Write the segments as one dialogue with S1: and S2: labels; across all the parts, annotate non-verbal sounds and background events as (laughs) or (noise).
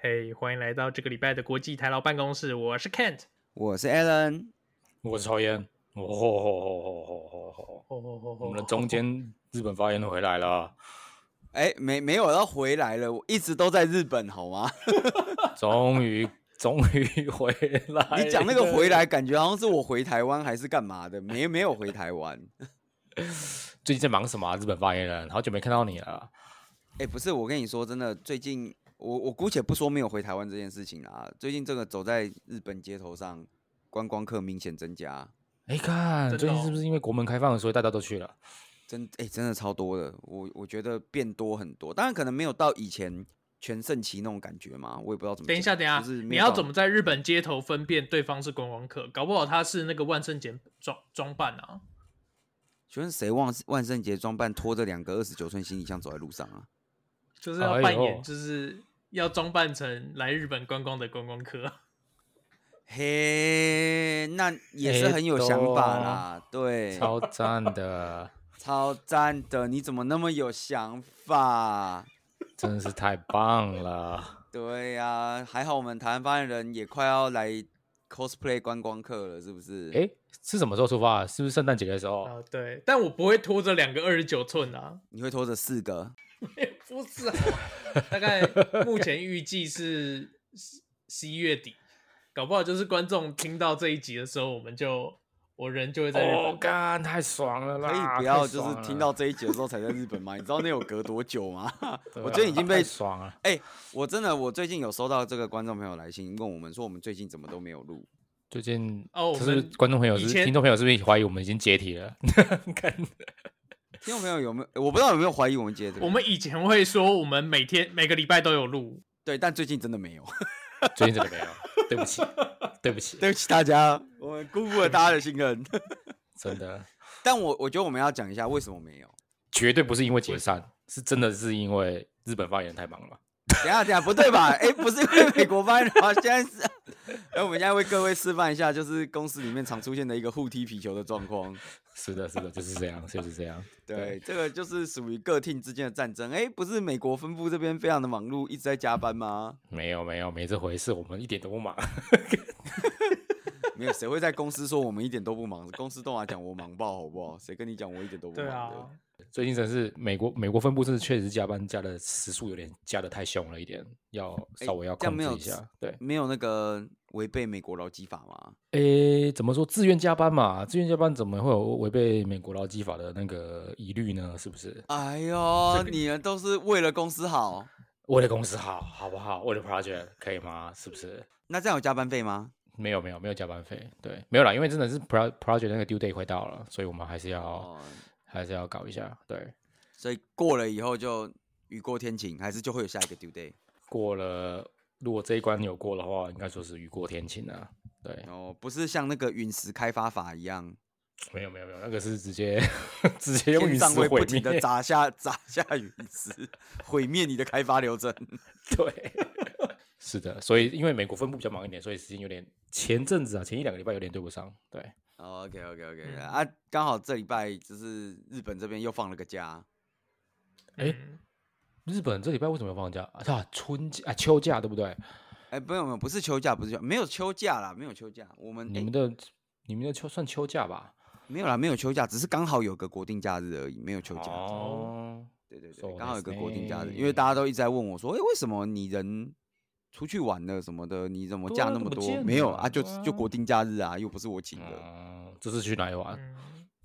S1: 嘿欢迎来到这个礼拜的国际台劳办公室，我是 Kent。
S2: 我是 Alan，
S3: 我是曹烟，哦吼吼吼吼吼吼吼！
S1: 哦哦哦
S3: 我们的中间日本发言回来了，啊
S2: 哎，没没有要回来了，我一直都在日本，好 (laughs) 吗？
S3: 终于终于回来。
S2: 你讲那个回来，感觉好像是我回台湾还是干嘛的，没没有回台湾。
S3: (laughs) 最近在忙什么啊、日本发言人，好久没看到你了。
S2: (laughs) 哎，不是，我跟你说，真的，最近我我姑且不说没有回台湾这件事情啊，最近这个走在日本街头上，观光客明显增加，
S3: 哎，看
S1: 真的哦
S3: 最近是不是因为国门开放，所以大家都去了？
S2: 真哎真的超多的，我我觉得变多很多，当然可能没有到以前全盛期那种感觉嘛，我也不知道怎么讲。
S1: 等一下，等一下，
S2: 就是没
S1: 你
S2: 有
S1: 要
S2: 到
S1: 怎么在日本街头分辨对方是观光客？搞不好他是那个万圣节装装扮啊！
S2: 请问谁忘万圣节装扮拖着两个二十九寸行李箱走在路上啊？
S1: 就是要
S3: 哎呦
S1: 扮演，就是要装扮成来日本观光的观光客。啊
S2: 嘿，那也是很有想法啦，对，
S3: 超赞的，
S2: 超赞的，你怎么那么有想法？
S3: 真的是太棒了。
S2: 对呀、还好我们台湾发言人也快要来 cosplay 观光客了，是不是？
S3: 哎，是什么时候出发啊？是不是圣诞节的时候？
S1: 啊，对，但我不会拖着两个二十九寸 (laughs) 啊，
S2: 你会拖着四个，
S1: 不是、啊，大概目前预计是十十一月底，搞不好就是观众听到这一集的时候，我们就我人就会在日本。
S3: 哦，干，太爽了啦！
S2: 可以不要
S3: 太
S2: 就
S3: 爽
S2: 是
S3: 了
S2: 听
S3: (laughs)
S2: 到这一集的时候才在日本吗？你知道那有隔多久吗？ (laughs)
S3: 对啊
S2: 我最近已经被
S3: 太爽了。
S2: 哎、我真的我最近有收到这个观众朋友来信问我们说我们最近怎么都没有录，
S3: 最近
S1: 哦我
S3: 可是
S1: 们
S3: 观众朋友是
S1: 以前
S3: 听众朋友是不是怀疑我们已经解体了？看
S2: 听众朋友有没有？我不知道有没有怀疑我们接这个
S1: 我，们以前会说我们每天每个礼拜都有录，
S2: 对，但最近真的没有。
S3: 最近真的没有，对不
S2: (laughs)
S3: 起，对不起，
S2: 对不起大家，我们辜负了大家的信 (laughs) 任。
S3: 真的
S2: 但我我觉得我们要讲一下为什么没有。
S3: 绝对不是因为解散，是真的是因为日本发言人太忙了。
S2: 等一下等一下，不对 (laughs) 吧？哎、不是因为美国发言人吗，现在是。 (laughs) 哎，我们现在为各位示范一下，就是公司里面常出现的一个互踢皮球的状况。
S3: 是的，是的，就是这样，就是这样。
S2: 对，这个就是属于个体之间的战争。哎、不是美国分部这边非常的忙碌，一直在加班吗？
S3: 没有没有没这回事，我们一点都不忙。
S2: 没有，谁会在公司说我们一点都不忙？公司都嘛讲我忙爆，好不好？谁跟你讲我一点都不
S1: 对
S2: 忙的？
S1: 啊，
S3: 最近真是美国美国分部真的确实加班加的时速有点加的太凶了一点，要稍微要
S2: 这样
S3: 控
S2: 没
S3: 制
S2: 有
S3: 一下。对，
S2: 没有那个违背美国劳基法吗？
S3: 诶，怎么说自愿加班嘛？自愿加班怎么会有违背美国劳基法的那个疑虑呢？是不是？
S2: 哎呦
S1: 这，个
S2: 你们都是为了公司好。
S3: (laughs) 为了公司好，好不好？为了 project 可以吗？是不是？
S2: 那这样有加班费吗？
S3: 没有没有没有加班费，对，没有啦，因为真的是 pro project 那个 due day 快到了，所以我们还是要、
S2: 哦，
S3: 还是要搞一下。对，
S2: 所以过了以后就雨过天晴，还是就会有下一个 due day。
S3: 过了，如果这一关有过的话，应该说是雨过天晴啊。对，
S2: 哦，不是像那个陨石开发法一样，
S3: 没有没有没有，那个是直接 (laughs) 直接 (laughs) 用
S2: 天
S3: 陨
S2: 上
S3: 石
S2: 会
S3: 毁
S2: 不停的
S3: 灭。
S2: 砸下 (laughs) 砸下陨石， (laughs) 毁灭你的开发流程。
S3: (laughs)
S2: (laughs)
S3: 对，是的，所以因为美国分部比较忙一点，所以时间有点前阵子啊，前一两个礼拜有点对不上。对，
S2: 哦，OK OK OK，、
S1: 嗯
S2: 啊，刚好这礼拜就是日本这边又放了个假，
S3: 诶
S1: 嗯
S3: 日本这礼拜为什么要放假啊？春假啊，秋假对不对？
S2: 哎、不用不用，不是秋假，不是秋，没有秋假啦，没有秋假，我们
S3: 你
S2: 哎
S3: 们的你们的秋算秋假吧？
S2: 没有啦，没有秋假，只是刚好有个国定假日而已，没有秋假。
S3: 哦，
S2: 对对对，
S3: So
S2: 刚好有个国定假日，
S3: nice
S2: 因为大家都一直在问我说，哎、为什么你人出去玩了什么的，你怎么
S3: 对啊
S2: 假那
S3: 怎
S2: 么
S3: 么
S2: 多？
S3: 见
S2: 没有
S3: 了
S2: 啊，就
S3: 对啊
S2: 就国定假日啊，又不是我请的，
S3: 嗯，这是去哪里玩？
S1: 嗯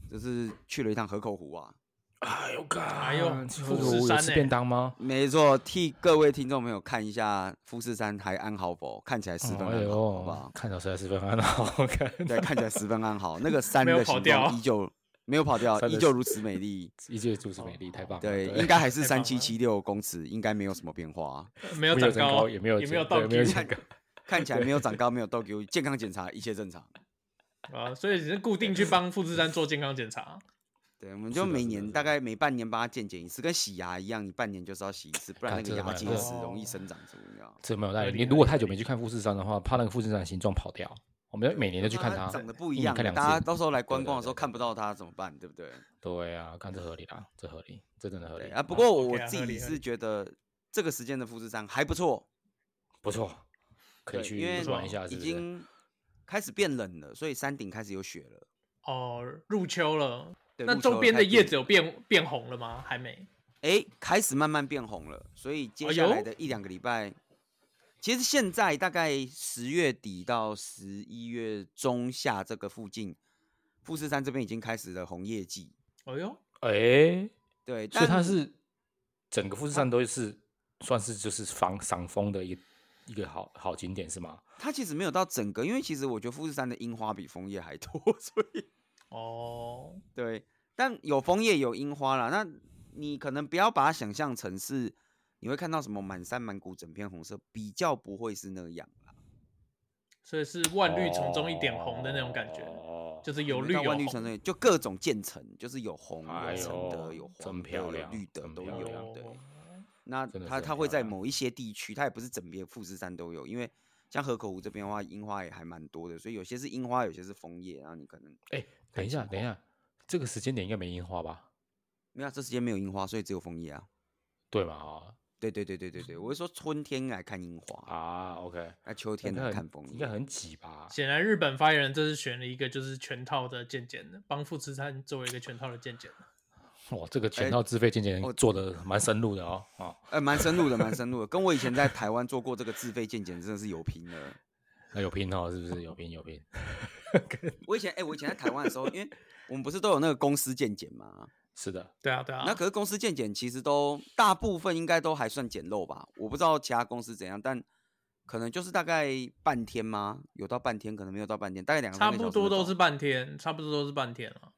S2: 就是去了一趟河口湖啊。
S3: 哎呦干！
S1: 哎
S2: 嗯
S1: 呦
S3: 这
S1: 富
S3: 个
S1: 士
S3: 我
S1: 山
S3: 有吃
S1: 欸
S3: 便当吗？
S2: 没错，替各位听众朋友看一下富士山还安好否？看起来十分
S3: 哎
S2: 安好，好不
S3: 呦
S2: 好，？
S3: 看起来实在十分安好看，
S2: 对，看起来十分安好，那个山
S1: 没有
S2: 的
S1: 跑
S2: 形
S1: 掉
S2: 状依旧没有跑掉，
S3: 山的
S2: 依旧如此美
S3: (laughs)
S2: 丽。
S3: 一切就是美丽，太棒了！
S2: 对，
S1: (laughs)
S2: 应该还
S1: 太
S2: 是
S1: 棒
S2: 三
S1: 了
S2: 七七六公尺，应该没有什么
S1: (laughs)
S2: 变化，啊
S1: 没有
S3: 没
S1: 长
S3: 有增高，也没有
S1: 也
S3: 减
S1: 没有
S3: 对
S1: 到
S3: 没有
S1: Q
S2: (laughs)
S3: 增高，
S2: 看起来没有长高，没有痘痘，健康检查一切正常。
S1: 啊，所以只是固定去帮富士山做健康检查。
S2: 对，我们就是
S3: 的
S2: 每
S3: 是的
S2: 年
S3: 是
S2: 大
S3: 的
S2: 概每半年帮它健检一次，跟洗牙一样，你半年就是要洗一次，不然那
S3: 看
S2: 个
S3: 这个
S2: 牙
S3: 蛮
S2: 结
S3: 合
S2: 石
S1: 理
S2: 容易生长出，你知道吗？
S3: 这没有道
S1: 合
S3: 理。
S1: 理
S3: 你
S1: 合
S3: 如果
S1: 理
S3: 太
S1: 合
S3: 久没
S1: 理
S3: 去看富士山的话，怕那个富士山的形状跑掉，我们要每年都去看
S2: 啊它
S3: 它，
S2: 长得不
S3: 一
S2: 一
S3: 年
S2: 样，
S3: 看
S2: 大
S3: 两
S2: 家
S3: 次。
S2: 到时候来观
S3: 对
S2: 光的
S3: 对
S2: 时候
S3: 对
S2: 看不到它怎么办？对不对？
S3: 对啊，看这合理啦，这合理，这真的合
S2: 对
S3: 理哦
S2: 啊，不过我
S1: OK
S2: 我
S1: 啊
S2: 自
S1: 合理
S2: 己
S1: 合
S2: 是
S1: 理
S2: 觉得这个时间的富士山还不错，
S3: 不错，可以
S2: 对因
S3: 去
S2: 为
S3: 玩一下，是
S2: 已
S3: 不是？
S2: 经开始变冷了，所以山顶开始有雪了。
S1: 哦，入秋了，
S2: 对
S1: 那
S2: 入秋
S1: 周
S2: 了
S1: 边
S2: 开
S1: 的
S2: 始
S1: 叶子有变变红了吗？还没。
S2: 哎，开始慢慢变红了，所以接
S1: 哎
S2: 下来
S1: 呦
S2: 的一两个礼拜，其实现在大概十月底到十一月中下这个附近，富士山这边已经开始了红叶季。
S1: 哎呦，
S3: 哎、
S2: 对，
S3: 所以
S2: 但
S3: 它是整个富
S1: 啊
S3: 士山都是算是就是防赏枫的一个一个好好景点是吗？
S2: 它其实没有到整个，因为其实我觉得富士山的樱花比枫叶还多， (laughs) 所以
S1: 哦，
S2: 对，但有枫叶有樱花啦。那你可能不要把它想象成是你会看到什么满山满谷整片红色，比较不会是那样啦。
S1: 所以是万绿丛中一点红的那种感觉，
S3: 哦，
S1: 就是有
S2: 没
S1: 绿
S2: 到
S1: 有
S2: 万绿丛
S1: 红。
S2: 中，就各种渐层，就是有红、
S3: 哎
S2: 有橙的、
S3: 呦
S2: 有
S3: 真
S2: 黄的、
S3: 漂
S2: 有
S3: 亮
S2: 绿的
S3: 真
S2: 都
S3: 漂
S2: 有。
S3: 亮
S2: 对
S1: 哦，
S2: 那
S3: 真的
S2: 它
S3: 是
S2: 它
S3: 很
S2: 会
S3: 漂
S2: 在
S3: 亮
S2: 某一些地区，它也不是整边富士山都有，因为像河口湖这边的话，樱花也还蛮多的，所以有些是樱花，有些是枫叶，然后你可能
S3: 哎、等一下，等一下，这个时间点应该没樱花吧？
S2: 没有啊这时间没有樱花，所以只有枫叶啊。
S3: 对嘛？哦
S2: 对对对对对对，我是说春天来看樱花，
S3: 啊，OK，
S2: 那秋天
S3: 应该
S2: 来
S3: 很
S2: 看枫
S3: 应该
S2: 叶。
S3: 很挤吧？
S1: 显然，日本发言人这次选了一个就是全套的健检的，帮富士山作为一个全套的健检。
S3: 哇，这个全
S2: 哎
S3: 套自费健检
S2: 哦
S3: 做的蛮深入的哦，啊、哦，
S2: 呃，蛮深入的，蛮深入的，跟我以前在台湾做过这个自费健检真的是有拼了。
S3: 那有拼哦，是不是？有拼有拼，
S2: 我以前哎、我以前在台湾的时候，因为我们不是都有那个公司健检吗？
S3: 是的，
S1: 对啊，对啊。
S2: 那可是公司健检其实都大部分应该都还算简陋吧，我不知道其他公司怎样，但可能就是大概半天吗？有到半天，可能没有到半天，大概两个
S1: 差
S2: 三个
S1: 不
S2: 小时
S1: 多
S2: 那
S1: 都
S2: 种
S1: 是半天，差不多都是半天了，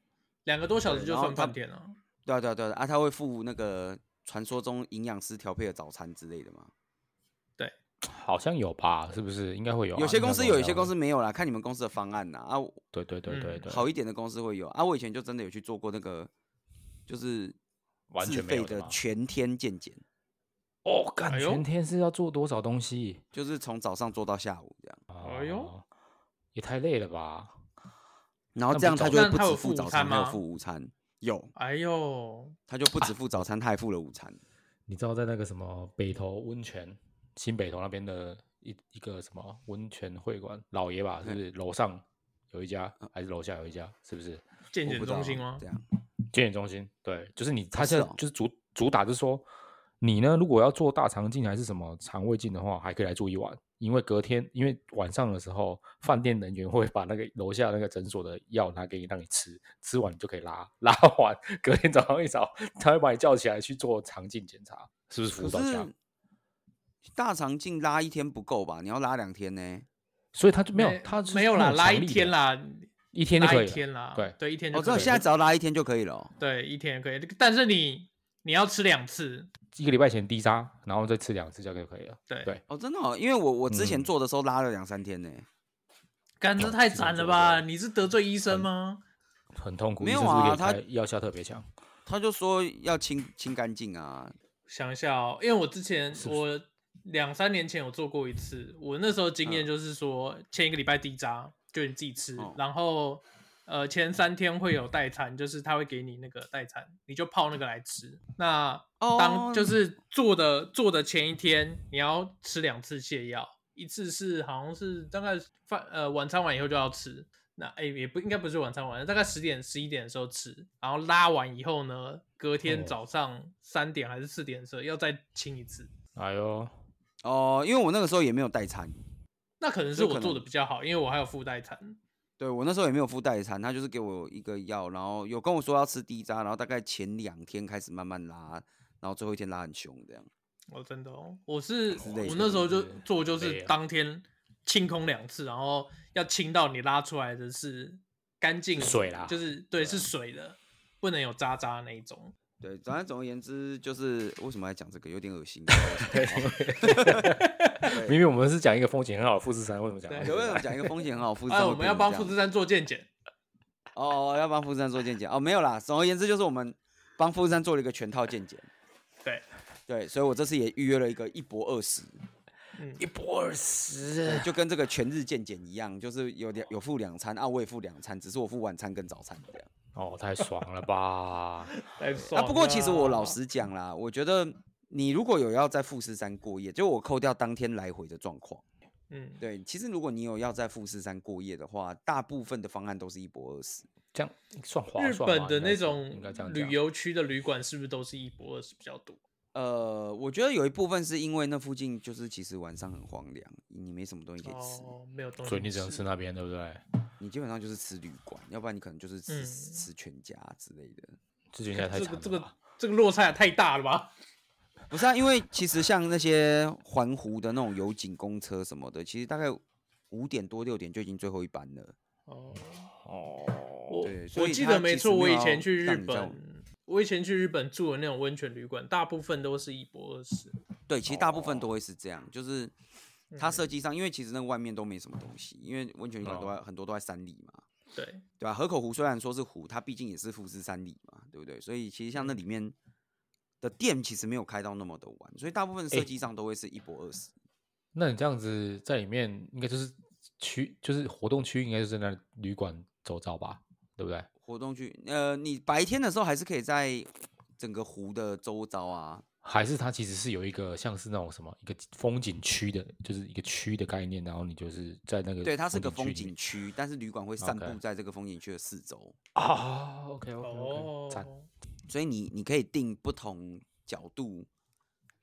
S1: 两个多小时
S2: 对
S1: 就
S2: 然后
S1: 算
S2: 他
S1: 半天了。
S2: 对啊对啊对啊啊，他会附那个传说中营养师调配的早餐之类的吗？
S3: 好像有吧？是不是？应该会有啊、
S2: 有些公司有，有些公
S3: 司
S2: 司没有啦，看你们公司的方案啦。啊，我
S3: 对对对对
S1: 嗯
S3: 对，
S2: 好一点的公司会有啊，我以前就真的有去做过那个，就是
S3: 完
S2: 自
S3: 全没
S2: 费
S3: 有
S2: 的
S3: 吗
S2: 全天健检，
S3: 哦，干、
S1: 哎呦
S3: 全天是要做多少东西？
S2: 就是从早上做到下午这样，
S1: 哎呦
S3: 哦，也太累了吧？
S2: 然后
S3: 那
S2: 这样
S3: 不
S2: 他
S3: 早
S2: 就
S1: 那
S2: 不
S1: 他
S2: 只
S1: 有
S2: 付
S1: 付午
S2: 早
S1: 餐
S2: 餐，还有
S1: 吗
S2: 付午餐，有。
S1: 哎呦，
S2: 他就不只付早餐，他还付了午餐。
S3: 你知道在那个什么北投温泉，新北投那边的一一个什么温泉会馆，老爷吧，是不是？楼上有一家，
S1: 嗯
S3: 还是楼下有一家？是不是？
S1: 健
S2: 我
S1: 检
S2: 不知
S1: 中
S2: 道
S1: 心吗
S2: 这？样
S3: 健检中心，对，就是你，他
S2: 是
S3: 现在
S2: 哦
S3: 就是主、主打就是说，你呢如果要做大肠镜还是什么肠胃镜的话，还可以来住一晚，因为隔天因为晚上的时候，饭店人员会把那个楼下那个诊所的药拿给你让你吃，吃完你就可以拉，拉完隔天早上一早，他会把你叫起来去做肠镜检查，是不是服务
S2: 可
S3: 到家
S2: 是？大肠镜拉一天不够吧？你要拉两天呢。
S3: 所以他就没有，他
S1: 没有啦，
S3: 啦，
S1: 拉一天，啦，
S3: 一天就
S1: 拉
S3: 可以
S1: 一
S3: 了
S1: 天啦，
S3: 对
S1: 对，一天
S2: 我
S1: 就
S2: 哦知道
S1: 可以
S2: 现在
S1: 了。
S2: 只要拉一天就可以了哦。
S1: 对，一天也可以，但是你你要吃两次，
S3: 一个礼拜前低渣，然后再吃两次这样就可以了。
S1: 对
S3: 对
S2: 哦，真的哦，因为我我之前
S3: 嗯
S2: 做的时候拉了两三天呢。
S1: 干
S2: 哦
S1: 这太惨了吧？你是得罪医生吗？
S3: 很痛苦，
S2: 没
S3: 医
S2: 有
S3: 生是不是
S2: 啊
S3: 给你
S2: 他
S3: 开药效特别强。
S2: 他就说要清清干净啊。
S1: 想一下哦，因为我之前
S3: 是不
S1: 我两三年前有做过一次，我那时候经验
S2: 嗯
S1: 就是说，前一个礼拜低渣，就你自己吃，
S2: 哦
S1: 然后呃前三天会有代餐，就是他会给你那个代餐，你就泡那个来吃。那
S2: 哦
S1: 当就是做的做的前一天，你要吃两次泻药，一次是好像是大概饭呃晚餐完以后就要吃，那哎、也不应该不是晚餐完，大概十点十一点的时候吃，然后拉完以后呢，隔
S3: 哦
S1: 天早上三点还是四点的时候要再清一次。
S3: 哎呦，
S2: 哦，因为我那个时候也没有代餐，
S1: 那可能是
S2: 有可
S1: 我做的
S2: 能
S1: 比较好，因为我还有附带餐。
S2: 对我那时候也没有付代餐，他就是给我一个药，然后有跟我说要吃低渣，然后大概前两天开始慢慢拉，然后最后一天拉很凶这样。
S1: 哦，真的哦，我是
S2: 之类
S1: 我
S2: 的
S1: 那时候就
S3: 就是
S1: 做就
S3: 累
S1: 是
S3: 啊
S1: 当天清空两次，然后要清到你拉出来的是干净
S3: 水啦
S1: 就是对是水的，不能有渣渣那一种。
S2: 对，反正总而言之，就是为什么要讲这个，有点恶哦心。
S3: 明明我们是讲一个风景很好的富士山，为什么讲到哎
S1: 对
S2: (laughs)
S3: 这
S2: 有
S3: 个？
S2: 没有讲一个风险很好？富士
S1: 哎，
S2: 山
S1: 我
S2: 会
S1: 们
S2: 变
S1: 要
S2: 成
S1: 帮
S2: 这
S1: 富
S2: 样
S1: 士山做健检，
S2: 哦，哦要帮富士山做健检哦，没有啦。总而言之，就是我们帮富士山做了一个全套健检。
S1: 对，
S2: 对，所以我这次也预约了一个一博二十，
S1: 嗯
S3: 一波二十
S2: 对，就跟这个全日健检一样，就是有两有付两餐啊，我也付两餐，只是我付晚餐跟早餐这样。
S3: 哦，太爽了吧！
S1: 哎， (laughs)
S2: 啊，
S1: 爽
S2: 不过其实我
S1: 啊
S2: 老实讲啦，我觉得你如果有要在富士山过夜，就我扣掉当天来回的状况，
S1: 嗯，
S2: 对，其实如果你有要在富士山过夜的话，大部分的方案都是一博二十。
S3: 这样算划
S1: 日
S3: 算吗
S1: 本的
S3: 应该
S1: 那
S3: 是应
S1: 种
S3: 该这样
S1: 旅
S3: 讲
S1: 游区的旅馆是不是都是一博二十比较多？
S2: 呃，我觉得有一部分是因为那附近就是其实晚上很荒凉，你没什么东西可以吃，
S1: 哦，没有东西，
S3: 所以你只能吃。那边，对不对？
S2: 你基本上就是吃旅馆，要不然你可能就是吃、
S1: 嗯
S2: 吃全家之类的。
S3: 之前现在太
S1: 这
S3: 长
S1: 个
S3: 了吧。
S1: 这个这个落差也太大了吧？
S2: 不是啊，因为其实像那些环湖的那种游景公车什么的，其实大概五点多六点就已经最后一班了。
S1: 哦，
S3: 哦，
S1: 我
S2: 对所
S1: 我
S2: 以
S1: 记
S2: 它
S1: 得
S2: 其
S1: 没
S2: 实
S1: 错，
S2: 没
S1: 我以
S2: 有
S1: 前去日
S2: 让你这样
S1: 本，我以前去日本住的那种温泉旅馆，大部分都是一博二十。
S2: 对，其实大部分
S1: 哦
S2: 都会是这样，就是
S1: 嗯
S2: 它设计上，因为其实那个外面都没什么东西，因为温泉旅馆都
S1: 哦
S2: 在、很多都在山里嘛，
S1: 对，
S2: 对吧、河口湖虽然说是湖，它毕竟也是富士山里嘛，对不对？所以其实像那里面的店其实没有开到那么的晚，所以大部分设计上都会是一博二十。
S3: 那你这样子在里面应该就是区，就是活动区，应该就是在那旅馆走走吧，对不对？
S2: 活动区，呃，你白天的时候还是可以在整个湖的周遭啊，
S3: 还是它其实是有一个像是那种什么一个风景区的，就是一个区的概念，然后你就是在那个
S2: 对，它是个
S3: 风
S2: 风
S3: 景区里
S2: 景
S3: 面
S2: 区，但是旅馆会散
S3: OK
S2: 布在这个风景区的四周，
S3: 啊。OK OK OK，赞
S1: 哦，
S2: 所以你你可以定不同角度、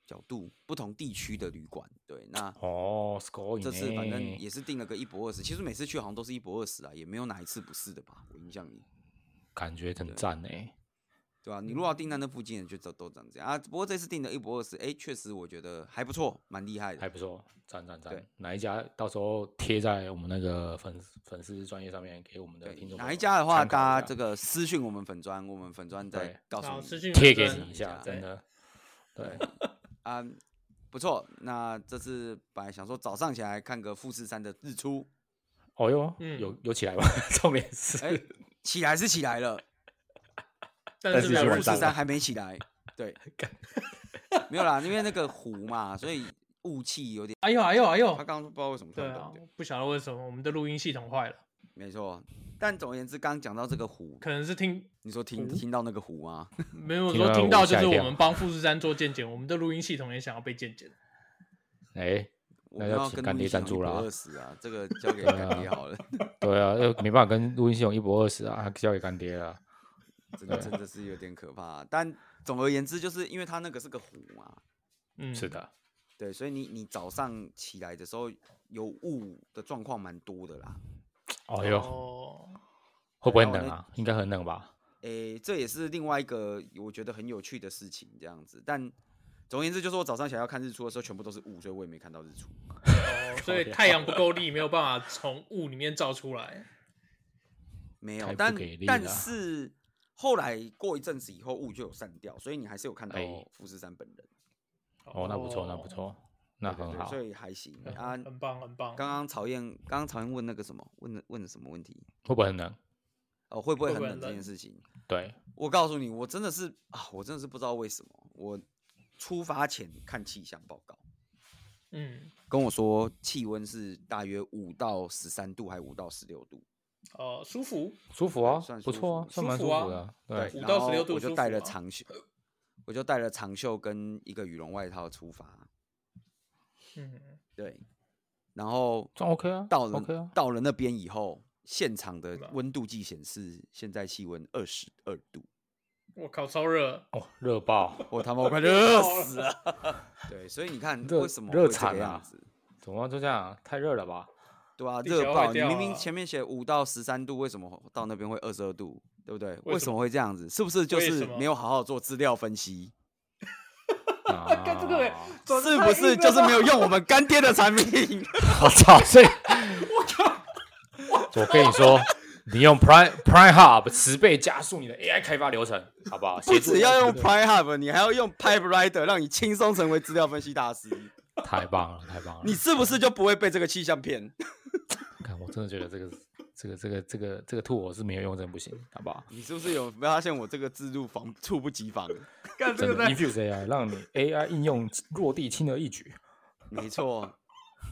S2: 角度不同地区的旅馆。对，那
S3: 哦，scoring
S2: 这
S3: 欸
S2: 次反正
S3: 呢
S2: 也是定了个一博二十，其实每次去好像都是一博二十啊，也没有哪一次不是的吧？我印象里，
S3: 感觉很赞欸呢。
S2: 对吧、你
S3: 嗯
S2: 如果要定在那附近的，就都都长这样啊。不过这次定的一博二十，哎，确实我觉得还不错，蛮厉害
S3: 还
S2: 的。
S3: 不错，赞赞赞
S2: 对！
S3: 哪一家到时候贴在我们那个粉丝粉丝专业上面给我们的
S2: 对
S3: 听，众朋友参考一下？
S2: 哪一家的话，大家这个私讯我们粉砖，我们粉砖
S3: 对
S2: 再告诉
S1: 好，
S2: 你
S1: 私。信粉
S3: 贴给
S1: 专
S3: 你一下，
S2: 对 (laughs)
S3: 真的。对，
S2: 啊、不错。那这次本来想说早上起来看个富士山的日出，
S3: 哦哟，
S1: 嗯
S3: 有有起来吗？ (laughs) 重点是，
S2: 哎、起来是起来了，
S1: 但
S3: (laughs) 但
S1: 是
S3: 是
S1: 没有
S3: 就
S2: 但
S3: 晚
S1: 富士
S2: 富士
S3: 上
S2: 山
S1: 山
S3: 了
S2: 还没起来。
S3: (laughs)
S2: 对，没有啦，因为那个湖嘛，所以雾气有点。
S1: 哎呦哎呦哎
S3: 哦
S2: 他
S1: 呦！
S2: 刚刚不知道为什么
S1: 对
S2: 看不
S1: 啊
S2: 懂，对，
S1: 不晓得为什么我们的录音系统坏了，
S2: 没错。但总而言之，刚刚讲到这个湖，
S1: 可能是听
S2: 你说听听到那个湖吗？
S1: 没有
S3: 听
S1: 说
S3: 到
S1: 听
S3: 我
S1: 到，就
S3: 吓一
S1: 是我
S3: 跳
S1: 们帮富士山做鉴检，我们的录音系统也想要被鉴检。
S3: 哎，
S2: 我
S3: 那
S2: 们
S3: 要
S2: 要
S3: 请
S2: 跟
S3: 干
S2: 陆
S3: 爹
S2: 毅系
S3: 赞
S2: 统
S3: 助
S2: 一
S3: 啦
S2: 搏二十啊，这个交给干爹
S3: (laughs)
S2: 好了。
S3: 对啊，又没办法跟录音系统一博二十啊，交给干爹了。
S2: 真
S3: 啊
S2: 的真的是有点可怕。但总而言之，就是因为它那个是个湖嘛，
S1: 嗯，
S3: 是，的，
S2: 对，所以你你早上起来的时候有雾的状况蛮多的啦。
S3: 哦哟，
S1: 哦，
S3: 会不会很
S2: 然后
S3: 冷
S2: 呢
S3: 啊？应该很冷吧？
S2: 诶、这也是另外一个我觉得很有趣的事情，这样子。但总而言之，就是我早上想要看日出的时候，全部都是雾，所以我也没看到日出。
S1: 哦，所以太阳不够力，没有办法从雾里面照出来。
S2: 没
S3: 太
S2: 有，
S3: 不
S2: 但
S3: 给力
S2: 但
S3: 了
S2: 是后来过一阵子以后，雾就有散掉，所以你还是有看到
S3: 哎
S2: 富士山本人。
S3: 哦，那不错，那不，错，那
S2: 对
S3: (laughs) 很
S2: 对
S3: 好
S2: 所。以还行啊。
S1: 很棒，很棒。
S2: 刚刚曹燕，刚刚曹燕问那个什么，问了问了什么问题？
S3: 会不会很冷？
S2: 哦，会不会
S1: 会不
S2: 很
S1: 会
S2: 冷
S1: 很
S2: 这件
S1: 冷
S2: 事情？
S3: 对，
S2: 我告诉你，我真的是啊，我真的是不知道为什么，我出发前看气象报告，
S1: 嗯，
S2: 跟我说气温是大约五到十三度，还五到十六度。
S1: 哦，舒服，
S3: 舒服啊
S2: 算，
S3: 不
S2: 舒
S3: 错啊
S2: 服，
S3: 算蛮
S1: 舒
S3: 舒
S1: 服啊
S3: 服的。对，
S1: 5
S2: 然
S1: 到
S2: 后
S1: 16度
S2: 我就
S1: 舒
S2: 带
S1: 服
S2: 了
S1: 啊
S2: 长袖，我就带了长袖跟一个羽绒外套出发。
S1: 嗯，
S2: 对，然后
S3: 这样 OK 啊
S2: 到了、
S3: ，OK 啊，
S2: 到了那边以后，现场的
S1: 吧
S2: 温度计显示现在气温二十二度，
S1: 我靠，超热，
S3: 哦，热爆，
S2: 我他妈我 (laughs) 快热死了。对，所以你看
S3: 热
S2: 为什么
S3: 热
S2: 会这
S3: 惨
S2: 个
S3: 啊
S2: 样子？
S3: 怎么就这样？啊太热
S2: (laughs)
S3: 了吧？
S2: 对啊，
S1: 地球
S2: 热
S1: 要
S2: 爆！
S1: 坏
S2: 你
S1: 掉
S2: 明明
S1: 了
S2: 前面写五到十三度，为什么到那边会二十二度？对不对？为
S1: 什
S2: 什么会这样子？是不是就
S1: 为
S2: 是
S1: 什么
S2: 没有好好做资料分析？
S3: 啊
S1: 干这个人
S2: 是不是就是没有用我们干爹的产 (laughs) 品？
S3: 我操！所以，我跟你说，你用 Prime Prime Hub 十倍加速你的 AI 开发流程，好不好？
S2: 不
S3: 协助
S2: 只要用
S3: 你
S2: Prime Hub，你还要用 Pipe Rider，让你轻松成为资料分析大师。
S3: 太棒了，太棒了！
S2: 你是不是就不会被这个气象骗？
S3: 看，我真的觉得这个、这个、这个、这个、这个兔我是没有用，真不行，好不好？
S2: 你是不是有发现我这个自入防猝不及防？
S1: 干这
S3: 真
S1: 个
S3: 的
S1: 在
S3: Infuse AI 让你 AI 应用落地轻而易举。
S2: 没错，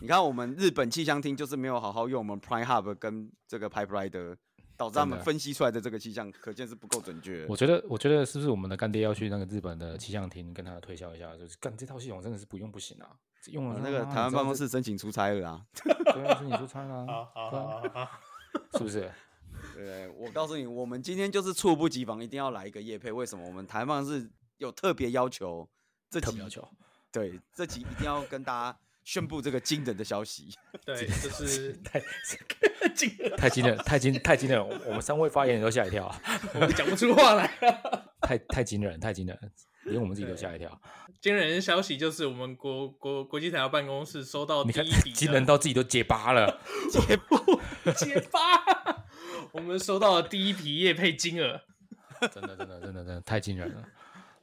S2: 你看我们日本气象厅就是没有好好用我们 Prime Hub 跟这个 Pipe Rider 导致他
S3: 真
S2: 们
S3: 的啊
S2: 分析出来的这个气象，可见是不够准确的。
S3: 我觉得，我觉得是不是我们的干爹要去那个日本的气象厅跟他推销一下，就是干这套系统真的是不用不行啊，用了
S2: 啊
S3: 他
S2: 那个
S3: 妈你
S2: 台湾
S3: 知道
S2: 办公
S3: 这
S2: 室申请出差了
S3: (laughs)
S2: 啊！ (laughs)
S3: 对啊，是你出差啦，
S1: 好好
S3: 对啊
S1: 好好好，
S3: 是不是？
S2: 对，我告诉你，我们今天就是猝不及防，一定要来一个夜配。为什么？我们台办是有特别要求，这
S3: 特
S2: 集
S3: 别要求，
S2: 对这集一定要跟大家宣布这个惊人的消息。
S1: 对，就是 (laughs)
S3: 太
S1: 惊人，
S3: (laughs) 太惊人，太惊太惊人了，我们三位发言人都吓一跳啊，
S1: 我讲不出话来了。
S3: 太太惊人，太惊人了，连我们自己都
S1: 对
S3: 吓一跳。
S1: 惊人的消息就是，我们国国国际台办公室收到
S3: 你
S1: 第
S3: 看
S1: 一笔，的
S3: 惊人到自己都结巴了， (laughs)
S2: 结
S1: 结巴。我们收到了第一笔业配金额，
S3: 真的真的真的真的太惊人了。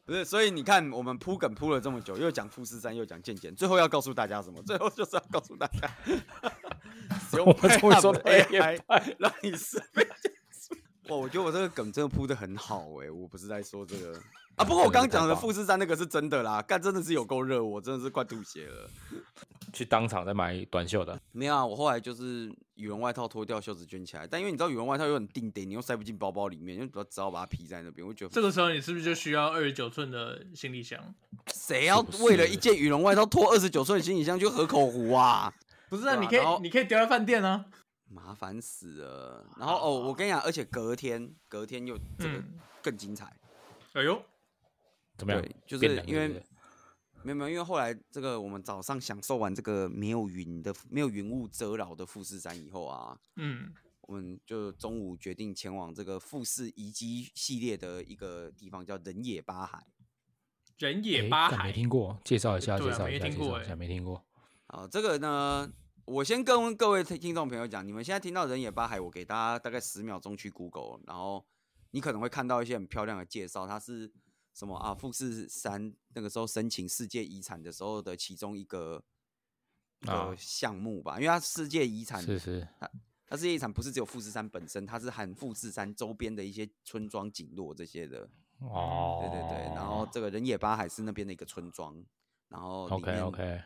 S2: 不是，所以你看，我们铺梗铺了这么久，又讲富士山，又讲健检，最后要告诉大家什么？最后就是要告诉大 (laughs) 家，使用
S3: 我们终于
S2: Pay-Up (laughs)
S3: 说到
S2: AI 哎让你是被 (laughs) 哇，我觉得我这个梗真的铺的很好哎、我不是在说这 (laughs) 个啊。不过我刚刚讲的富士山那个是真的啦，干真的是有够热，我真的是快吐血了。
S3: 去当场再买短袖的，
S2: 没有啊，我后来就是羽绒外套脱掉，袖子卷起来，但因为你知道羽绒外套有很定得，你又塞不进包包里面，因为只要只好把它披在那边，我就觉得
S1: 这个时候你是不是就需要二十九寸的行李箱？
S2: 谁要
S3: 不
S2: 为了
S3: 是
S2: 一件羽绒外套拖二十九寸的行李箱去河口湖啊？
S1: (laughs) 不是啊，
S2: 对啊
S1: 你可以
S2: 然后
S1: 你可以丢在饭店啊。
S2: 麻烦死了。然后哦，我跟你讲，而且隔天隔天又这个
S1: 嗯
S2: 更精彩，
S1: 哎呦，
S3: 怎么样
S2: 对？就是
S3: 变冷
S2: 因为
S3: 对不对
S2: 没有没有，因为后来这个我们早上享受完这个没有云的没有云雾遮扰的富士山以后啊，
S1: 嗯，
S2: 我们就中午决定前往这个富士遗迹系列的一个地方，叫人野八海。
S1: 人野
S3: 诶
S1: 八
S3: 干
S1: 海
S3: 哎没，听过，介绍一下，
S1: 对
S3: 介
S1: 啊
S3: 绍
S1: 没
S3: 一下，
S1: 听
S3: 介
S1: 过
S3: 绍一
S1: 诶
S3: 下，没听过。
S2: 好，这个呢，我先跟各位听听众朋友讲，你们现在听到人野八海，我给大家大概十秒钟去 Google，然后你可能会看到一些很漂亮的介绍，它是什么啊？富士山那个时候申请世界遗产的时候的其中一个。一
S3: 啊
S2: 个项目吧，因为它世界遗产，
S3: 是是，
S2: 它世界遗产不是只有富士山本身，它是含富士山周边的一些村庄、景落这些的。
S3: 哦，
S2: 嗯对对对，然后这个人野八海是那边的一个村庄，然后里
S3: OK
S2: 面
S3: OK，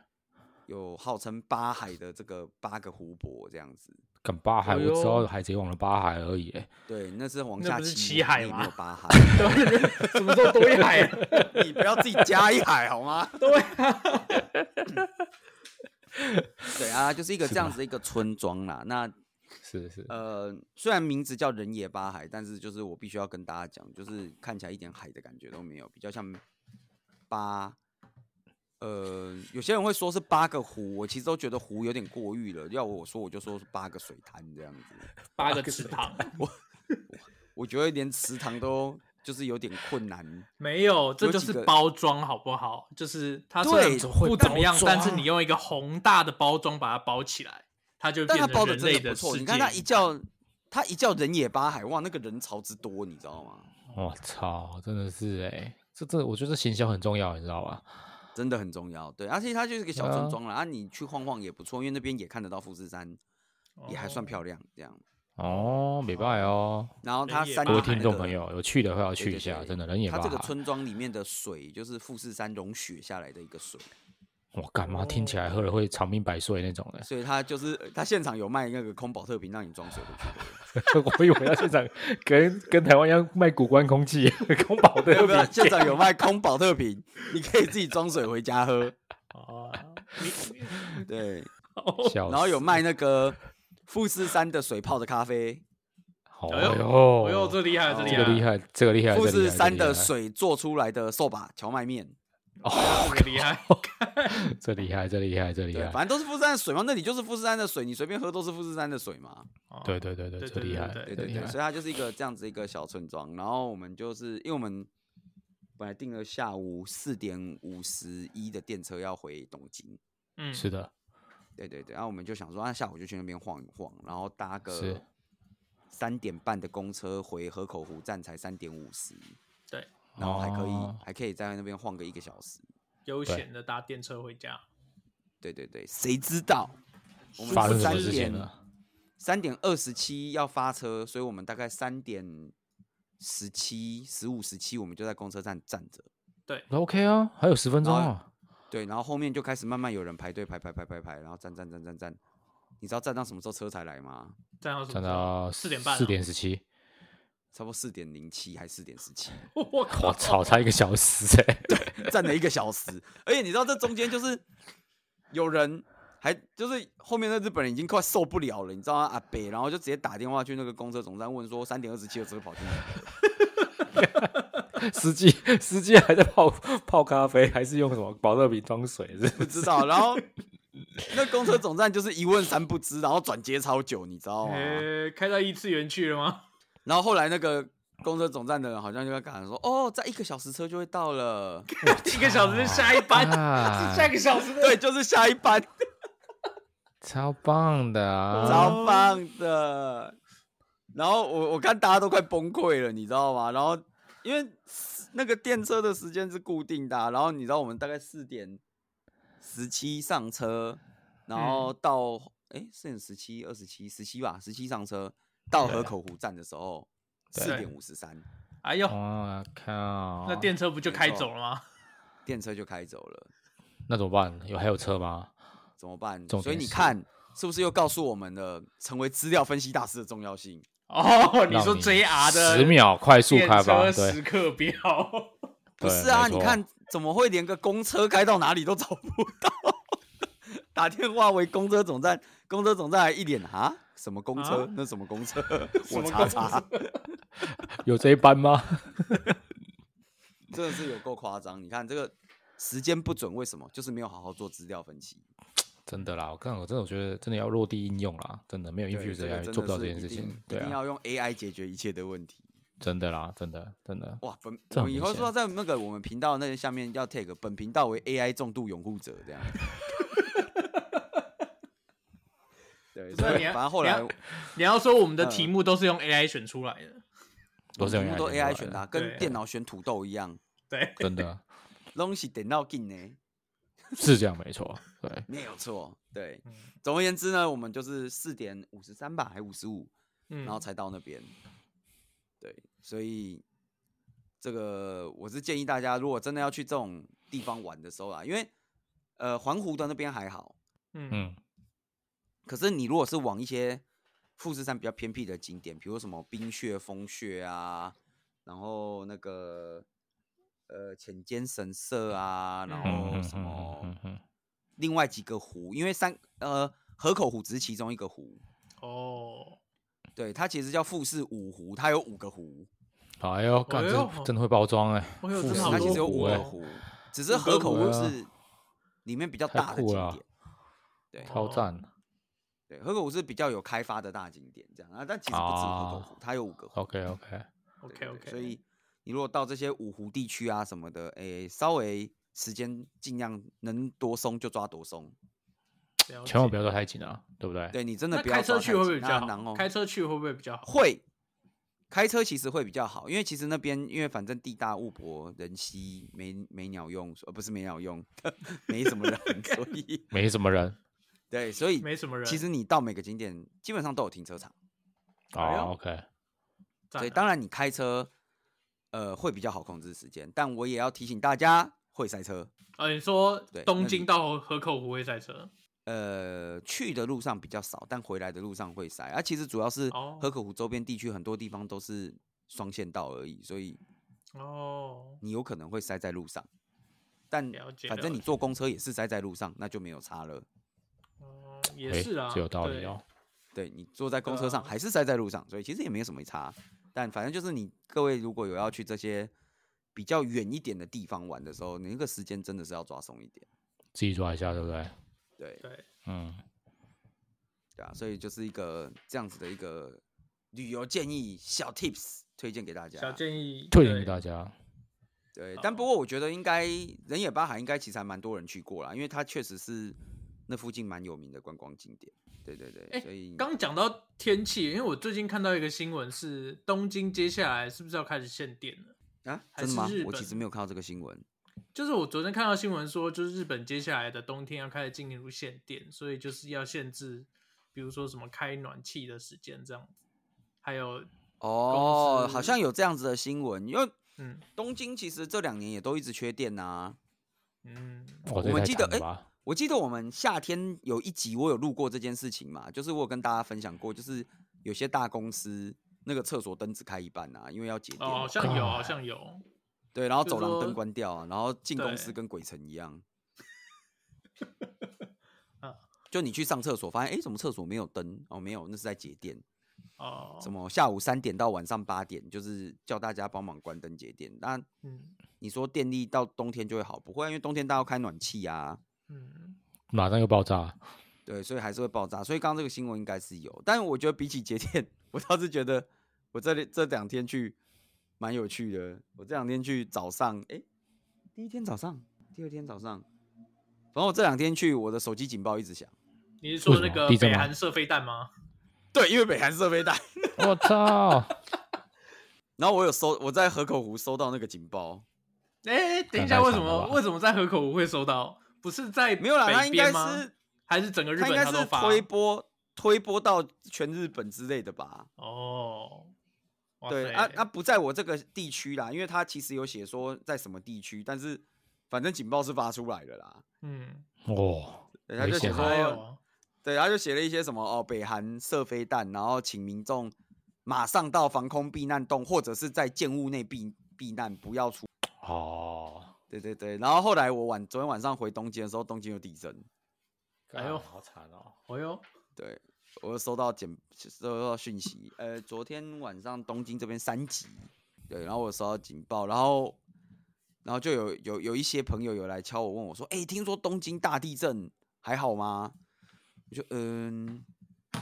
S2: 有号称八海的这个八个湖泊这样子。
S3: 干八海，
S1: 哎
S3: 我
S1: 呦
S3: 只知道海贼王的八海而已哎诶。
S2: 对，那是往
S1: 那
S2: 下
S1: 不是
S2: 七
S1: 七海
S2: 没
S1: 吗
S2: 有八海， (laughs)
S1: (laughs) 什么时候多一海啊？
S2: 你不要自己加一海好吗？ (laughs)
S1: 对啊，
S2: 对啊，就是一个这样子的一个村庄啦。那
S3: 是是，
S2: 呃，虽然名字叫人野八海，但是就是我必须要跟大家讲，就是看起来一点海的感觉都没有，比较像八。呃，有些人会说是八个湖，我其实都觉得湖有点过誉了。要我说，我就说是八个水滩这样子。
S1: 八个池塘，
S2: 我觉得连池塘都就是有点困难。
S1: (laughs) 没有，这
S2: 有
S1: 就
S2: 几
S1: 是
S2: 个
S1: 包装好不好？就是它虽
S2: 对
S1: 然不怎么样
S3: 会包，装
S1: 但是
S2: 啊
S1: 你用一个宏大的包装把它包起来，它就
S2: 但
S1: 变
S2: 它包
S1: 成
S2: 的
S1: 人
S2: 真
S1: 类
S2: 的不错，
S1: 世
S2: 你
S1: 界
S2: 看它一叫它一叫人野八海，哇，那个人潮之多，你知道吗？
S3: (laughs) 我操，真的是诶，这这我觉得行销很重要，你知道吧？
S2: 真的很重要，对，而且它就是一个小
S3: 对啊
S2: 村庄了，啊，你去晃晃也不错，因为那边也看得到富士山，也还算
S1: 哦
S2: 漂亮，这样。
S3: 哦，美拜哦，
S2: 然后
S1: 人
S2: 它
S1: 野
S2: 山
S1: 八
S3: 各位
S1: 海
S2: 里
S3: 听
S2: 面
S3: 众
S2: 的
S3: 朋友有去的话要
S2: 对
S3: 去
S2: 对
S3: 一下，
S2: 对
S3: 真的人也
S2: 它
S3: 八
S2: 这个
S3: 海。
S2: 村庄里面的水就是富士山融雪下来的一个水，
S3: 我干嘛听起来喝了会长命百岁那种
S2: (laughs)
S3: (laughs) 的？
S2: 所以它就是它现场有卖那个空保特瓶让你装水回去
S3: (laughs)
S2: 的。
S3: 我以为要现场跟跟台湾一样卖古关空气， (laughs) 空宝的
S2: (laughs) 要不要？现场有卖空保特瓶，你可以自己装水回家喝。
S1: (laughs) 哦，你你
S2: 对，
S3: 笑死
S2: 然后有卖那个富士山的水泡的咖啡，
S3: 哦
S1: 哎呦
S3: 呦，
S1: 哎呦，这厉害，
S2: 哦
S1: 厉
S3: 这
S1: 害，
S3: 个厉害，这个厉害，
S2: 富
S3: 这个厉
S2: 士
S3: 害
S2: 山的，水做出来的寿把荞麦面，
S1: 哦，这个厉
S3: (laughs)
S1: 害，
S3: 这厉害，这厉害，这厉
S2: 对，
S3: 害，
S2: 反正都是富士山的水嘛，那里就是富士山的水，你随便喝都是富士山的水嘛。
S1: 哦
S3: 对对对对，
S1: 对
S3: 这
S1: 对
S3: 厉害，
S1: 对
S2: 对
S3: 这
S2: 对
S3: 厉
S2: 对，
S3: 害
S2: 所以它就是一个这样子一个小村庄。然后我们就是因为我们本来定了下午四点五十一的电车要回东京，
S1: 嗯，
S3: 是的，
S2: 对对对，然后我们就想说，啊那下午就去那边晃一晃，然后搭
S3: 是
S2: 个三点半的公车回河口湖站才三点五十，
S1: 对，
S2: 然后还可以、
S3: 哦
S2: 还可以在那边晃个一个小时。
S1: 悠
S3: 对
S1: 闲的搭电车回家，
S2: 对对对，谁知道我
S3: 发生
S2: 们
S3: 什
S2: 三
S3: 么事情
S2: 点
S3: 了？
S2: 三点二十七要发车，所以我们大概三点十七、十五、十七，我们就在公车站站着。
S3: 那 OK 啊，还有十分钟
S2: 然
S3: 啊，
S2: 对，然后后面就开始慢慢有人排队排排排排排，然后站站站站站，你知道站到什么时候车才来吗？
S1: 站
S2: 哦
S1: 到什么
S3: 站
S1: 时候？
S3: 到
S1: 四点半、哦
S3: 四点。
S2: (laughs)
S3: 十七，
S2: 差不多四点零七还四点十七，
S1: (laughs) 我靠！
S3: 我操，差一个小时哎、
S2: 站了一个小时。而且你知道这中间就是有人还就是后面那日本人已经快受不了了，你知道吗？阿北，然后就直接打电话去那个公车总站问说三点二十七的车跑进来。
S3: 司机 (laughs) 司机还在泡泡咖啡，还是用什么保乐瓶装水是
S2: 不
S3: 不是？
S2: 知道。然后那公车总站就是一问三不知，然后转接超久，你知道吗？
S1: 呃，开到异次元去了吗？ (laughs)
S2: 然后后来那个公车总站的人好像就在赶着说，哦，在一个小时车就会到了， (laughs)
S1: 一个小时是下一班，
S3: 啊
S1: 是 (laughs) 下一个小时的。
S2: 对，就是下一班，
S3: 超棒的啊！
S2: 超棒的。然后我我看大家都快崩溃了，你知道吗？然后因为那个电车的时间是固定的啊、然后你知道我们大概四点十七上车，然后到哎四、点十七、二十七、十七吧，十七上车到河口湖站的时候
S1: 对
S2: 四点五十三，
S1: 哎呦，
S3: 哇靠！
S1: 那电车不就开走了吗？
S2: 电车就开走了，
S3: 那怎么办？有还有车吗？
S2: 怎么办？
S3: 重
S2: 所以
S3: 点
S2: 你
S3: 是
S2: 看，是不是又告诉我们了成为资料分析大师的重要性？
S1: (laughs) 哦，你
S3: 让
S1: 说 JR 的
S3: 十秒快速
S1: 电
S3: 开吧？
S1: 车
S3: 对
S1: 时，刻表， (laughs)
S2: 不
S3: 对
S2: 是啊，
S3: 没
S2: 你
S3: 错
S2: 看怎么会连个公车开到哪里都找不到？ (laughs) 打电话为公车总站，公车总站还一脸啊，什么公车？
S1: 啊
S2: 那什么公车？
S3: (laughs)
S1: 什
S2: 我
S1: 么
S2: 查
S1: 公
S2: 查，
S3: 有这一班吗？
S2: 真的是有够夸张。你看这个时间不准，为什么？就是没有好好做资料分析。
S3: 真的啦，我看我真的我觉得真的要落地应用啦，真的没有
S2: 对
S3: infuser
S2: 这个
S3: 来
S2: 真的
S3: 做不到
S2: 是
S3: 这件
S2: 一
S3: 事
S2: 定
S3: 情，
S2: 一
S3: 对
S2: 定
S3: 啊，
S2: 要用 AI 解决一切的问题。
S3: 真的啦，真的
S2: (laughs)
S3: 真的，
S2: 哇，本
S3: 这
S2: 我
S3: 很
S2: 们以
S3: 明
S2: 后
S3: 显
S2: 说在那个我们频道那个下面要 take 本频道为 AI 重度拥护者这
S3: (laughs)
S2: 样。对，
S1: 不
S2: 所
S1: 是
S2: 以
S1: 你要
S2: 反正后
S1: 你
S2: 来
S1: 要你要说我们的
S2: 嗯
S1: 题目都是用 AI 选出来的，
S3: 都是用
S2: 全部都
S3: AI
S2: AI 选的啊、
S3: 的，
S2: 跟
S1: 对
S2: 电脑选土豆一样，
S1: 对，
S3: 真的
S2: 东西点到劲呢，
S3: 是这样没错，对，
S2: 没有错。对
S1: 嗯，
S2: 总而言之呢，我们就是四点五十三吧，还五十五，
S1: 嗯
S2: 然后才到那边。对，所以这个我是建议大家，如果真的要去这种地方玩的时候啊，因为呃环湖的那边还好，
S1: 嗯
S3: 嗯，
S2: 可是你如果是往一些富士山比较偏僻的景点，比如什么冰雪、风雪啊，然后那个呃浅间神社啊，然
S1: 嗯
S2: 后什
S3: 嗯
S2: 么
S3: 嗯
S2: 另外几个湖，因为三呃河口湖只是其中一个湖，
S1: 哦，
S2: 对，它其实叫富士五湖，它有五个湖，
S3: 嗯，哎呦，干
S1: 哎
S3: 这
S1: 呦
S3: 真的会包装哎，
S1: 哎呦真
S3: 富士
S1: 的好
S2: 它其
S1: 多
S2: 实有
S1: 湖
S2: 五
S3: 哎
S2: 个
S1: 哦，
S2: 湖，只是河口
S3: 五
S2: 湖
S3: 个湖啊
S2: 是里面比较
S3: 太
S2: 大的
S3: 酷
S2: 景
S3: 了啊
S2: 点，对，
S3: 超赞
S2: 对，河口湖是比较有开发的大景点这样啊，但其实不止河口
S3: 啊
S2: 湖，它有五个湖。
S3: ，OK OK，
S1: OK
S2: 对对
S1: OK，
S2: 所以你如果到这些五湖地区啊什么的，诶、稍微时间尽量能多松就抓多松。
S3: 千万不
S1: 要。
S3: 要抓太紧啊，对不对？
S2: 对你真
S1: 那
S2: 的不要
S1: 开车
S2: 抓
S1: 去
S2: 太
S1: 会不会比
S2: 紧那
S1: 较
S2: 很难
S1: 好？
S2: 哦
S1: 开车去会不会比较好？
S2: 会，开车其实会比较好，因为其实那边因为反正地大物博，人稀没没鸟用，呃不是没鸟用， (laughs) 没什么
S1: (laughs)
S2: 人，所以
S3: 没什么人
S2: 对，所以
S1: 没什么人，
S2: 其实你到每个景点基本上都有停车场，
S1: 哎呦
S3: 哦 o k
S1: 赞
S2: 所以
S1: 啊
S2: 当然你开车呃会比较好控制时间，但我也要提醒大家会塞车。
S1: 呃，你说
S2: 对那
S1: 东
S2: 你
S1: 京到河口湖会塞车，
S2: 呃，去的路上比较少，但回来的路上会塞。啊，其实主要是
S1: 哦
S2: 河口湖周边地区很多地方都是双线道而已，所以
S1: 哦，
S2: 你有可能会塞在路上。但
S1: 了解
S2: 反
S1: 了
S2: 正你
S1: 解
S2: 坐公车也是塞在路上，那就没有差了。
S1: 哦也是啊，
S3: 这有道理
S1: 对
S3: 哦。，
S2: 对你坐在公
S1: 对
S2: 车上
S1: 啊
S2: 还是塞在路上，所以其实也没有什么差。但反正就是你各位如果有要去这些比较远一点的地方玩的时候，你那个时间真的是要抓松一点。
S3: 自己抓一下，对不对？
S2: 对
S1: 对，
S3: 嗯，
S2: 对啊，所以就是一个这样子的一个旅游建议小 tips 推荐给大家。
S1: 小建议
S3: 推荐给
S1: 对
S3: 大家，
S2: 对，但不过我觉得应该人野巴海应该其实还蛮多人去过啦，因为它确实是那附近蛮有名的观光景点。对对对，
S1: 哎
S2: 所以
S1: 刚讲到天气，因为我最近看到一个新闻是东京接下来是不是要开始限电了？
S2: 啊，
S1: 还
S2: 真的吗
S1: 是日？
S2: 我
S1: 本
S2: 其实没有看到这个新闻。
S1: 就是我昨天看到新闻说，就是日本接下来的冬天要开始进入限电，所以就是要限制，比如说什么开暖气的时间这样子，还有
S2: 哦，好
S1: 公司
S2: 像有这样子的新闻，因为
S1: 嗯
S2: 东京其实这两年也都一直缺电呐、
S1: 嗯，
S3: 我
S2: 我们记得哎
S3: 吧？
S2: 我记得我们夏天有一集我有录过这件事情嘛，就是我有跟大家分享过，就是有些大公司那个厕所灯只开一半啊，因为要节电
S1: 哦，
S2: 嘛。
S1: 好像有，
S3: God
S1: 好像有，
S2: 对，然后
S1: 就
S2: 走廊
S1: 说
S2: 灯关掉啊，然后进公司
S1: 对
S2: 跟鬼城一样
S1: (laughs) 啊。
S2: 就你去上厕所，发现哎，诶怎么厕所没有灯？哦，没有，那是在节电。
S1: 哦，
S2: 什？么下午三点到晚上八点，就是叫大家帮忙关灯节电。那
S1: 嗯
S2: 你说电力到冬天就会好？不会啊，因为冬天大家要开暖气啊，
S1: 嗯，
S3: 马上又爆炸。
S2: 对，所以还是会爆炸。所以刚刚这个新闻应该是有，但我觉得比起节电， (laughs) 我倒是觉得我这里这两天去蛮有趣的。我这两天去早上，哎、第一天早上，第二天早上，反正我这两天去，我的手机警报一直响。
S1: 你是说
S3: 为什
S1: 那
S3: 么
S1: 个
S3: 地震
S1: 北
S3: 吗
S1: 韩射飞弹吗？
S2: 对，因为北韩射飞弹。
S3: 我操！
S2: (laughs) 然后我有收，我在河口湖收到那个警报，
S1: 哎，等一
S3: 太
S1: 下，
S3: 惨
S1: 为什
S3: 了
S1: 么
S3: 吧
S1: 为什么在河口湖会收到？不是在
S2: 没有啦，
S1: 北
S2: 它应该
S1: 边吗
S2: 是
S1: 还是整个日
S2: 它应
S1: 本
S2: 该
S1: 它都
S2: 是
S1: 发？
S2: 推播推播到全日本之类的吧？
S1: 哦，哇
S2: 对
S1: 塞
S2: 啊啊，不在我这个地区啦，因为它其实有写说在什么地区，但是反正警报是发出来了啦。
S1: 嗯，
S3: 哦，
S2: 对，他就
S3: 危
S2: 写
S3: 险
S1: 还
S2: 说，
S1: 有
S2: 对，他就写了一些什么哦，北韩射飞弹，然后请民众马上到防空避难洞或者是在建物内避避难，不要出。
S3: 哦，
S2: 对对对，然后后来我晚昨天晚上回东京的时候，东京有地震，
S1: 哎呦
S3: 干好惨哦！
S1: 哦
S2: (laughs)
S1: 哟，
S2: 对我收到简收到讯息，呃，昨天晚上东京这边三级，对，然后我收到警报，然后然后就有有有一些朋友有来敲我问我说，哎、听说东京大地震还好吗？我就嗯，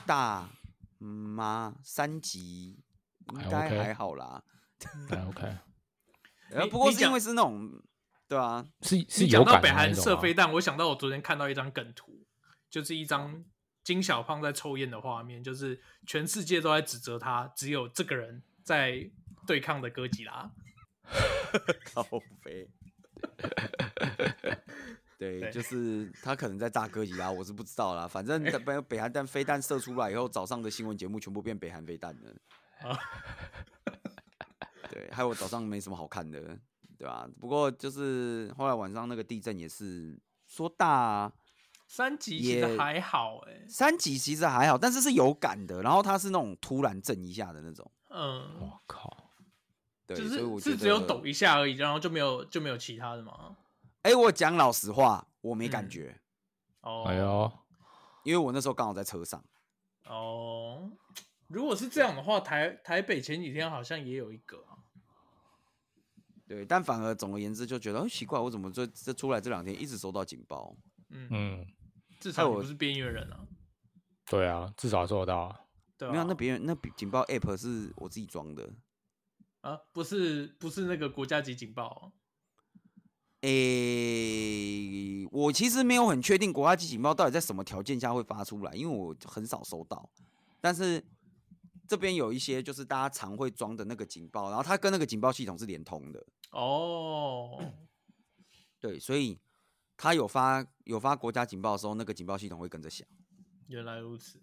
S2: 大嗯吗？三级
S3: 还
S2: 应该
S3: OK
S2: 还好啦，
S3: 哎，OK，
S2: 呃，
S1: 你
S2: 不过
S1: 你
S2: 是因
S1: 讲
S2: 为是那种对啊，
S3: 是
S1: 你
S3: 是
S1: 讲
S3: 有
S1: 到
S3: 感
S1: 北
S3: 的那
S1: 韩
S3: 一种啊
S1: 射
S3: 吗
S1: 飞弹，我想到我昨天看到一张梗图，就是一张金小胖在抽烟的画面，就是全世界都在指责他，只有这个人在对抗的哥吉拉。
S2: (laughs) 靠背。对，
S1: 对
S2: 就是他可能在炸哥吉拉，我是不知道啦。
S1: (laughs)
S2: 反正北北韩弹飞弹射出来以后，早上的新闻节目全部变北韩飞弹了。
S1: 啊
S2: 对，害我早上没什么好看的，对吧、不过就是后来晚上那个地震也是说大
S1: 三级其
S2: 也
S1: 实还好哎、
S2: 三级，其实还好，但是是有感的。然后它是那种突然震一下的那种，
S1: 嗯，
S3: 我靠，
S2: 哦对，
S1: 就
S2: 所以我
S1: 是
S2: 觉
S1: 是只有
S2: 得
S1: 抖一下而已，然后就没有就没有其他的嘛。
S2: 哎、我讲老实话，我没感
S1: 嗯
S2: 觉，
S1: 哦，
S3: 哎呦，
S2: 因为我那时候刚好在车上。
S1: 哦，如果是这样的话，台台北前几天好像也有一个啊、
S2: 对，但反而总而言之就觉得，哦，奇怪，我怎么这这出来这两天一直收到警报？
S1: 嗯，
S3: 嗯，
S1: 至
S2: 哎
S1: 少你
S2: 我
S1: 不是边缘人啊，
S3: 对啊，至少做得到啊。
S1: 对啊，
S2: 没有，那别人那比警报 app 是我自己装的。
S1: 啊，不是不是那个国家级警报啊、
S2: 诶、我其实没有很确定国家级警报到底在什么条件下会发出来，因为我很少收到。但是这边有一些就是大家常会装的那个警报，然后它跟那个警报系统是连通的，
S1: 哦，
S2: 对，所以它有发有发国家警报的时候，那个警报系统会跟着响。
S1: 原来如此，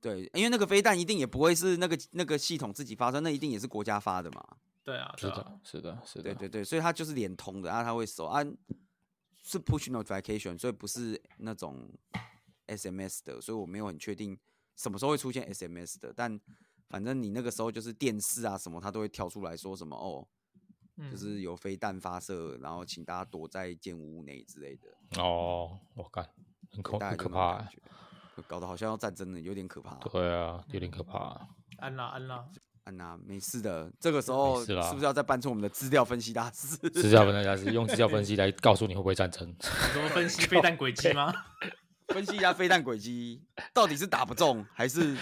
S2: 对，因为那个飞弹一定也不会是那个那个系统自己发射，那一定也是国家发的嘛。
S1: 对啊，
S3: 是
S1: 对
S3: 的
S1: 啊，，
S3: 是的，是的，
S2: 对对对，所以它就是连通的，啊，它会收啊，是 push notification，所以不是那种 SMS 的，所以我没有很确定什么时候会出现 SMS 的，但反正你那个时候就是电视啊什么，它都会跳出来说什么哦，
S1: 嗯，
S2: 就是有飞弹发射，然后请大家躲在建物内之类的，
S3: 哦，我干，很可
S2: 大概
S3: 很
S2: 就
S3: 可
S2: 那种
S3: 怕
S2: 感
S3: 欸。
S2: 觉，搞得好像要战争了，有点可怕。
S3: 对啊，有点可怕啊。
S1: 安啦安啦，
S2: 安娜、没事的，这个时候
S3: 事
S2: 是
S3: 啦
S2: 不是要再搬出我们的资料分析大
S3: (laughs)
S2: 师？
S3: 资料分析是用资料分析来告诉你会不会战
S1: (laughs)
S3: 争。
S1: 你说分析飞弹轨迹吗？
S2: 分析一下飞弹轨迹，到底是打不中还是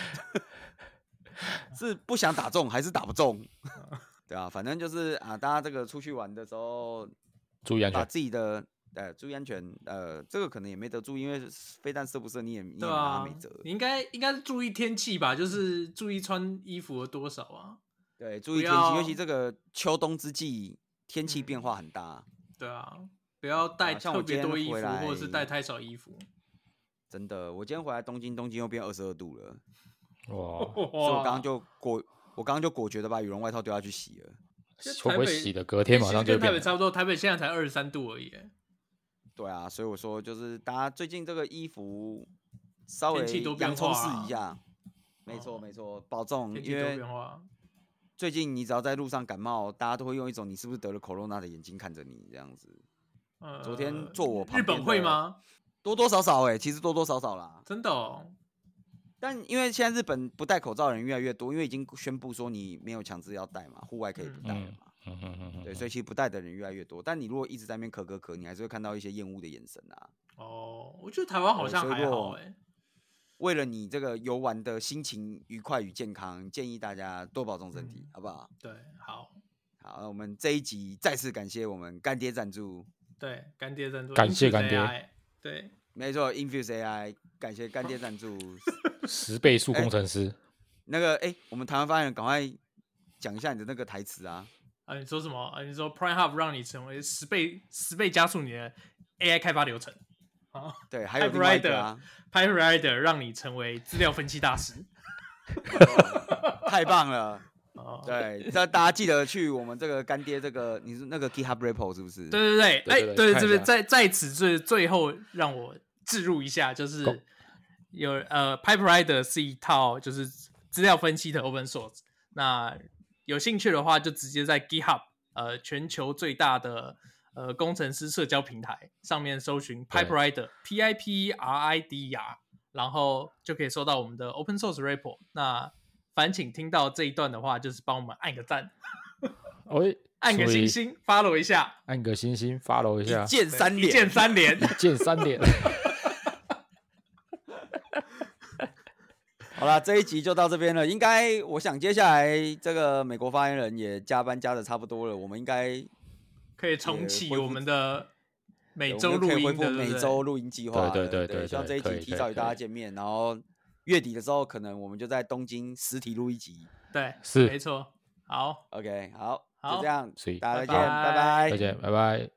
S2: 是不想打中还是打不中？ (laughs) 对啊，反正就是啊，大家这个出去玩的时候，
S3: 注意安
S2: 把
S1: 啊
S3: 全。
S2: 自己的呃注意安全，呃，这个可能也没得注意，因为飞弹射不射你也你
S1: (laughs)
S2: 也
S1: 对
S2: 拿他
S1: 啊
S2: 没辙，。
S1: 你应该应该是注意天气吧，就是注意穿衣服的多少啊，
S2: 对，注意
S1: 不
S2: 天气，尤
S1: 要
S2: 其这个秋冬之际，天气变
S1: 嗯
S2: 化很大，
S1: 对啊，不要带
S2: 啊像我
S1: 特别
S2: 今天
S1: 多衣服
S2: 回来
S1: 或者是带太少衣服，
S2: 真的。我今天回来东京，东京又变二十二度了，
S3: 哇，
S2: 所以我
S1: 我
S2: 刚刚就果我刚刚就果决的把羽绒外套丢下去洗了。
S1: 其实
S3: 会不会
S1: 台北
S3: 洗的隔天马上就
S1: 跟台
S3: 变
S1: 北
S3: 了？
S1: 差不多，台北现在才二十三度而已耶。
S2: 对啊，所以我说就是大家最近这个衣服稍微
S1: 天气多变
S2: 洋葱
S1: 化
S2: 试
S1: 啊
S2: 一下，没错
S1: 哦
S2: 没错，保重，
S1: 天气
S2: 嗯因
S1: 多
S2: 为
S1: 变化。
S2: 最近你只要在路上感冒，大家都会用一种你是不是得了 corona 的眼睛看着你这样子，
S1: 呃，
S2: 昨天坐我旁
S1: 日本
S2: 边
S1: 会
S2: 的
S1: 吗？
S2: 多多少少哎、其实多多少少啦。
S1: 真的哦，
S2: 但因为现在日本不戴口罩的人越来越多，因为已经宣布说你没有强制要戴嘛，户外可以不戴了嘛，
S3: 嗯嗯嗯嗯，
S2: 对，所以其实不戴的人越来越多。但你如果一直在那边咳咳咳，你还是会看到一些厌恶的眼神啊。
S1: 哦，我觉得台湾好
S2: 对
S1: 像
S2: 所以
S1: 还
S2: 如
S1: 好
S2: 果
S1: 哎。
S2: 为了你这个游玩的心情愉快与健康，建议大家多保重身体，
S1: 嗯
S2: 好不好？
S1: 对，好，
S2: 好，那我们这一集再次感谢我们干爹赞助，
S1: 对，干爹赞助，
S3: 感
S1: 因
S3: 谢
S1: 此
S3: 干爹
S1: AI。对，啊
S2: 没错，Infuse AI，感谢干爹
S1: (laughs)
S2: 赞助。
S3: 十倍速工程师，
S2: 那个，哎、我们台湾发言人赶快讲一下你的那个台词啊！
S1: 啊，你说什么？啊，你说 Prime Hub 让你成为十倍十倍加速你的 AI 开发流程啊
S2: 对，还有另外一个啊，
S1: ，Pipe Rider 让你成为资料分析大师
S2: 太棒了！
S1: 啊。
S2: 对，那大家记得去我们这个干爹这个，你是那个 GitHub repo 是不是？
S1: 对对对，
S3: 对对
S1: 哎，
S3: 对
S1: 对
S3: 看
S1: 这
S3: 一
S1: 边
S3: 下
S1: 在在此最最后让我置入一下，就是
S3: Go
S1: 有呃，Pipe Rider 是一套就是资料分析的 open source，那有兴趣的话就直接在 GitHub 呃全球最大的呃工程师社交平台上面搜寻 Pipe Rider P I P R I D E R，然后就可以收到我们的 open source repo。那烦请听到这一段的话，就是帮我们按个赞，
S3: 哦，诶
S1: 哎按个
S3: 所以
S1: 星星，follow 一下。
S3: 按个星星，follow 一下
S2: 一，键三
S1: 一
S2: 连，
S1: 键三连。
S3: 一键三
S1: (laughs)
S3: 连。
S2: 好啦，这一集就到这边了。应该，我想接下来这个美国发言人也加班加的差不多了，我们应该
S1: 可以重
S2: 也
S1: 启
S2: 恢复
S1: 我们的每
S2: 我们
S1: 周
S2: 就
S1: 录
S2: 可以
S1: 音
S2: 恢
S1: 的，
S2: 复
S1: 对不
S2: 每
S1: 对
S2: 周录音计划了。
S3: 对对对对
S2: 希望
S3: 对
S2: 这一
S3: 可
S2: 集
S3: 以
S2: 提
S3: 可以
S2: 早与大
S3: 可
S2: 家
S3: 以
S2: 见面，然后月底的时候，可能我们就在东京实体录一集。
S1: 对，
S3: 是
S1: 没错。好，
S2: OK，好，
S1: 好
S2: 就这样
S3: 所以，
S2: 大家
S1: 拜
S2: 再见，拜
S1: 拜
S2: 拜
S3: 再。见，拜拜。